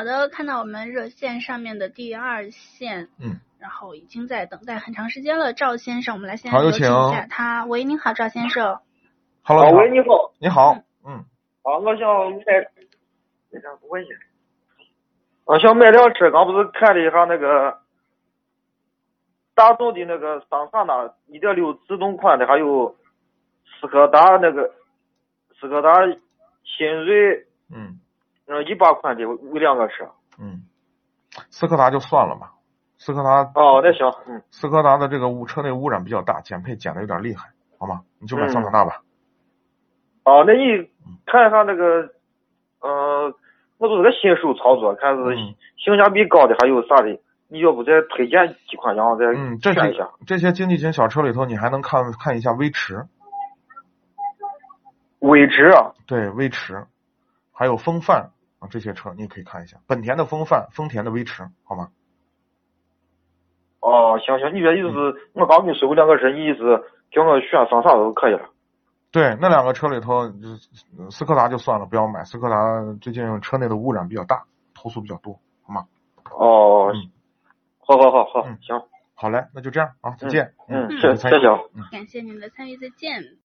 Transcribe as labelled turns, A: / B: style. A: 好的，看到我们热线上面的第二线，
B: 嗯，
A: 然后已经在等待很长时间了，赵先生，我们来先
B: 好有
A: 有请
B: 请哦
A: 一下他。喂，您好，赵先生。
B: Hello，
C: 啊，
B: 你好
C: 喂，你好，
B: 你好，嗯，
C: 啊，我想买，等一下，我问一下，我想买辆车，刚不是看了一下那个大众的那个桑塔纳一点六自动款的，还有斯柯达那个斯柯达新锐，
B: 嗯
C: 嗯，一八款的，有有两个车。
B: 嗯，斯柯达就算了吧，斯柯达
C: 哦，那行，嗯，
B: 斯柯达的这个污车内污染比较大，减配减的有点厉害，好吗？你就买
C: 嗯
B: 桑塔纳吧。
C: 哦，那你看一下那个，呃，我都是个新手操作，看是
B: 嗯
C: 性价比高的还有啥的，你要不再推荐几款，然后再
B: 嗯，这
C: 选一
B: 些
C: 下。
B: 这些经济型小车里头，你还能看看一下威驰，
C: 威驰啊，
B: 对威驰，还有风范啊这些车，你也可以看一下。本田的风范，丰田的威驰，好吗？
C: 哦，行行，你这意思，我刚跟你说过两个人，你意思叫我选上啥都可以了。
B: 对，那两个车里头，就是呃斯柯达就算了，不要买。斯柯达最近车内的污染比较大，投诉比较多，好吗？
C: 哦，
B: 嗯
C: 好好好好
B: 嗯，
C: 行，
B: 好嘞，那就这样啊，再见。
C: 嗯，
B: 谢
C: 谢
B: 谢参与
C: 谢谢啊。
A: 感谢您的参与，再见。